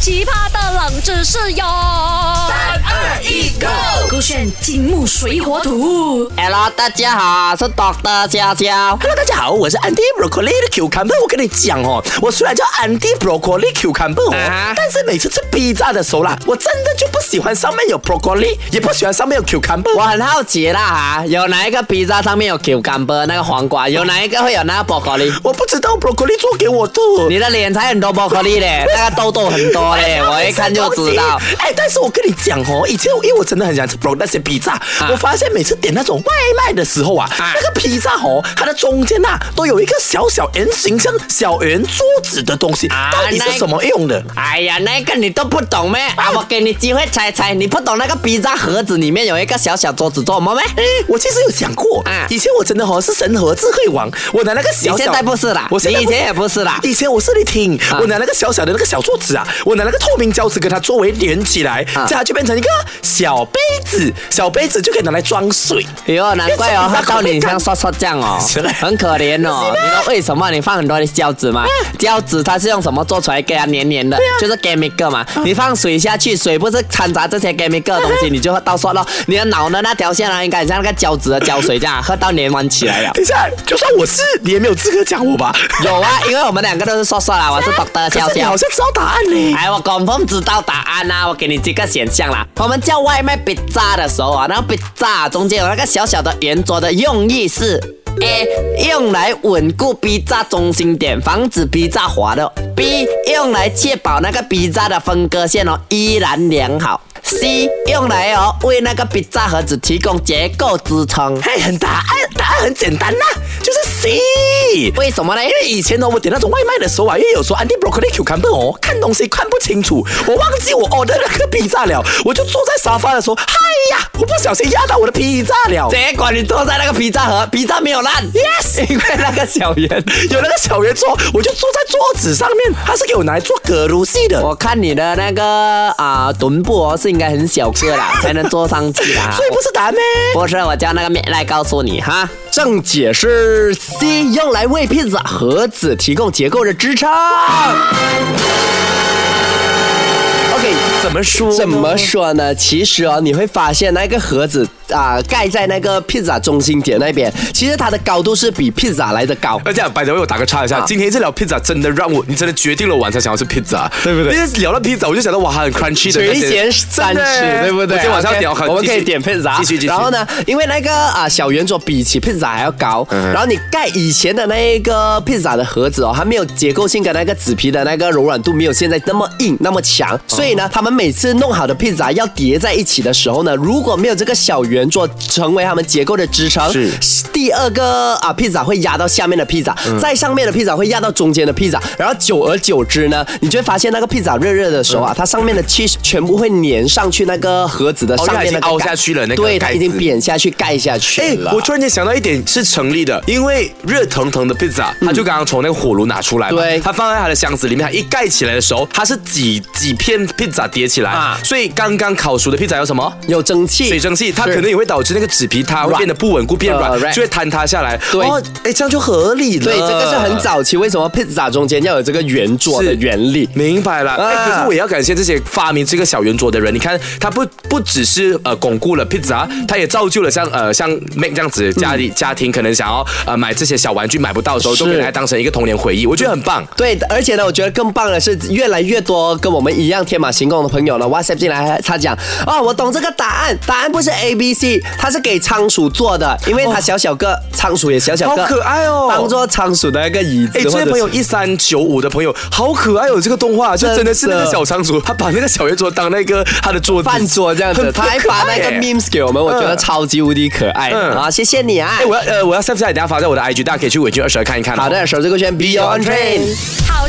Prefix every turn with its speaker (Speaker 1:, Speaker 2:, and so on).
Speaker 1: 奇葩的冷知识哟！三
Speaker 2: 二一，Go！
Speaker 1: 勾选金木水火土。
Speaker 3: Hello，大家好，是 Doctor 娇娇。
Speaker 2: Hello，大家好，我是 Andy Broccoli 的 Cucumber。我跟你讲哦，我虽然叫 Andy Broccoli Cucumber，、哦
Speaker 3: 啊
Speaker 2: 但是每次吃 B 站的时候啦，我真的就不喜欢上面有 Broccoli，也不喜欢上面有 Cucumber。
Speaker 3: 我很好奇啦哈，有哪一个披萨上面有 cucumber 那个黄瓜，有哪一个会有那个 broccoli？
Speaker 2: 我不知道 Broccoli 做给我的。
Speaker 3: 你的脸才很多 broccoli 嘞，那个痘痘很多嘞，我一看就知道。
Speaker 2: 哎，但是我跟你讲哦，以前我因为我真的很想吃 bro 那些披萨，我发现每次点那种外卖的时候啊，
Speaker 3: 啊
Speaker 2: 那个披萨哦，它的中间呐、都有一个小小圆形像小圆桌子的东西，
Speaker 3: 啊
Speaker 2: 到底是
Speaker 3: 那
Speaker 2: 什么用的？
Speaker 3: 哎呀，那个你都不懂咩？啊，我给你机会猜猜，你不懂那个披萨盒子里面有一个小小桌子做什么咩？
Speaker 2: 我其实有想过，
Speaker 3: 啊
Speaker 2: 以前我真的好像是神和智慧王，我拿那个小小，
Speaker 3: 你现在不是啦
Speaker 2: 我现在
Speaker 3: 你以前也不是啦
Speaker 2: 以前我是你听，
Speaker 3: 啊
Speaker 2: 我拿那个小小的那个小桌子啊，我拿那个透明胶纸跟它作为连起来，
Speaker 3: 啊
Speaker 2: 这样就变成一个小杯子，小杯子就可以拿来装水。
Speaker 3: 哎呦，难怪哦，他到你像刷刷酱哦
Speaker 2: 是嘞，啊
Speaker 3: 很可怜哦。你知道为什么你放很多的胶纸吗？胶纸它是用什么做出来？给它黏黏的，就是 chemical 嘛。
Speaker 2: 啊
Speaker 3: 你放水下去，水不是掺杂这些 chemical 的东西，你就喝到说咯，你的脑的那条线啊，应该很像那个胶纸的胶水这样，喝到黏完 起来了。
Speaker 2: 等一下，就算我是，你也没有资格讲我 吧？
Speaker 3: 有啊，因为我们两个都是刷刷啦，我是 doctor
Speaker 2: 可
Speaker 3: 笑
Speaker 2: 是你
Speaker 3: 笑
Speaker 2: 好。像知道答案呢。
Speaker 3: 哎，我 confirm 知道答案啦、我给你几个选项啦。我们叫外卖比炸的时候啊，那个比炸中间有那个小小的圆桌的用意是：A
Speaker 2: 哎
Speaker 1: 哎
Speaker 3: 用来稳固比炸中心点，防止比炸滑落；B 用来确保那个比炸的分割线哦依然良好；C 用来哦为那个比炸盒子提供结构支撑。
Speaker 2: 哎，很答案，答案很简单呐、就是 C。
Speaker 3: 为什么呢？因
Speaker 2: 因为以前呢，我点那种外卖的时候啊，因为有时候 Andy Broccoli Cucumber 哦，看东西看不清楚，我忘记我 order 那个披萨了，我就坐在沙发的时候，哎呀，我不小心压到我的披萨了。
Speaker 3: 结果你坐在那个披萨盒，披萨没有烂，yes，因为那个小圆。
Speaker 2: 有那个小圆桌，我就坐在桌子上面，它是给我拿来做葛如戏的，
Speaker 3: 我看你的那个啊、臀部哦，是应该很小个啦，才能坐上去啦。
Speaker 2: 所以不是答案咩？
Speaker 3: 不是，我叫那个面来告诉你哈。
Speaker 4: 正解是 C，用来为披萨盒子提供结构的支撑。OK，
Speaker 2: 怎么说？
Speaker 4: 怎么？说呢？其实哦，你会发现那个盒子啊、盖在那个披萨中心点那边，其实它的高度是比披萨来的高。
Speaker 2: 那哎这样，白德为我打个岔一下，今天这聊披萨真的让我，你真的决定了我晚上想要吃披萨，对不对？因为聊到披萨，我就想到哇，它很 crunchy 的那
Speaker 4: 垂
Speaker 2: 些，
Speaker 4: 涎三尺，对不对？
Speaker 2: 我今天晚上
Speaker 4: OK，
Speaker 2: 点好
Speaker 4: 我们可
Speaker 2: 继
Speaker 4: 以
Speaker 2: 续
Speaker 4: 点披萨。
Speaker 2: 继续继续。
Speaker 4: 然后呢，因为那个啊小圆桌比起披萨还要高，
Speaker 2: 嗯
Speaker 4: 然后你盖以前的那个披萨的盒子哦，它没有结构性跟那个纸皮的那个柔软度没有现在那么硬那么强，
Speaker 2: 嗯
Speaker 4: 所以呢，他们每次弄好的披萨要叠在一起的时候呢，如果没有这个小圆桌成为他们结构的支撑，
Speaker 2: 是
Speaker 4: 第二个啊披萨会压到下面的披萨，
Speaker 2: 嗯
Speaker 4: 在上面的披萨会压到中间的披萨，然后久而久之呢，你就会发现那个披萨热热的时候
Speaker 2: 嗯
Speaker 4: 啊，它上面的 cheese 全部会粘上去那个盒子的
Speaker 2: 哦
Speaker 4: 上面那个
Speaker 2: 它已经凹
Speaker 4: 盖
Speaker 2: 下去了那个
Speaker 4: 对，它
Speaker 2: 盖
Speaker 4: 已经
Speaker 2: 子
Speaker 4: 扁下去盖下去
Speaker 2: 哎
Speaker 4: 了。，
Speaker 2: 我突然间想到一点是成立的，因为热腾腾的披萨，它就刚刚从那个火炉拿出来嘛，
Speaker 4: 嗯对
Speaker 2: 它放在它的箱子里面，它一盖起来的时候，它是几几片披萨叠起来，
Speaker 4: 啊
Speaker 2: 所以刚刚烤熟的披萨有什么？
Speaker 4: 有蒸汽，
Speaker 2: 水蒸气，它
Speaker 4: 是
Speaker 2: 可能也会导致那个纸皮它会
Speaker 4: 软
Speaker 2: 变得不稳固、变软，
Speaker 4: Correct
Speaker 2: 就会坍塌下来。
Speaker 4: 对
Speaker 2: 哦，哎，这样就合理了。
Speaker 4: 对，这个是很早期为什么披萨中间要有这个圆桌的
Speaker 2: 是
Speaker 4: 原理。
Speaker 2: 明白了，哎
Speaker 4: 啊
Speaker 2: 可是我也要感谢这些发明这个小圆桌的人。你看，他不不只是呃巩固了 pizza，他也造就了像呃像 Mac 这样
Speaker 4: 嗯
Speaker 2: 子家里、家庭可能想要呃买这些小玩具买不到的时候，
Speaker 4: 是
Speaker 2: 都可以拿来当成一个童年回忆，我觉得很棒。
Speaker 4: 对，而且呢，我觉得更棒的是，越来越多跟我们一样天马行空的朋友呢，WhatsApp 进来，他讲啊、我懂这个答案，答案不是 A B C，它是给仓鼠做的，因为它小小个，仓鼠也小小个，
Speaker 2: 好可爱哦
Speaker 4: 当做仓鼠的一个椅子。
Speaker 2: 哎，这
Speaker 4: 或
Speaker 2: 位
Speaker 4: 者
Speaker 2: 朋友
Speaker 4: 是
Speaker 2: 一三九五的朋友，好可爱哦！这个动画就真的是那个
Speaker 4: 真的
Speaker 2: 小仓鼠，他把那个小圆桌当那个他的桌子
Speaker 4: 饭桌这样子，
Speaker 2: 很
Speaker 4: 他还发那个
Speaker 2: 很可爱耶
Speaker 4: memes 给我们，我觉得
Speaker 2: 嗯
Speaker 4: 超级无敌可爱、
Speaker 2: 嗯
Speaker 4: 啊！谢谢你啊
Speaker 2: 哎，！我要呃我要 save 下来，等一下发在我的 IG，大家可以去伟俊二十二看一看哦。
Speaker 4: 好的，手这个圈 Beyond Train。
Speaker 1: 好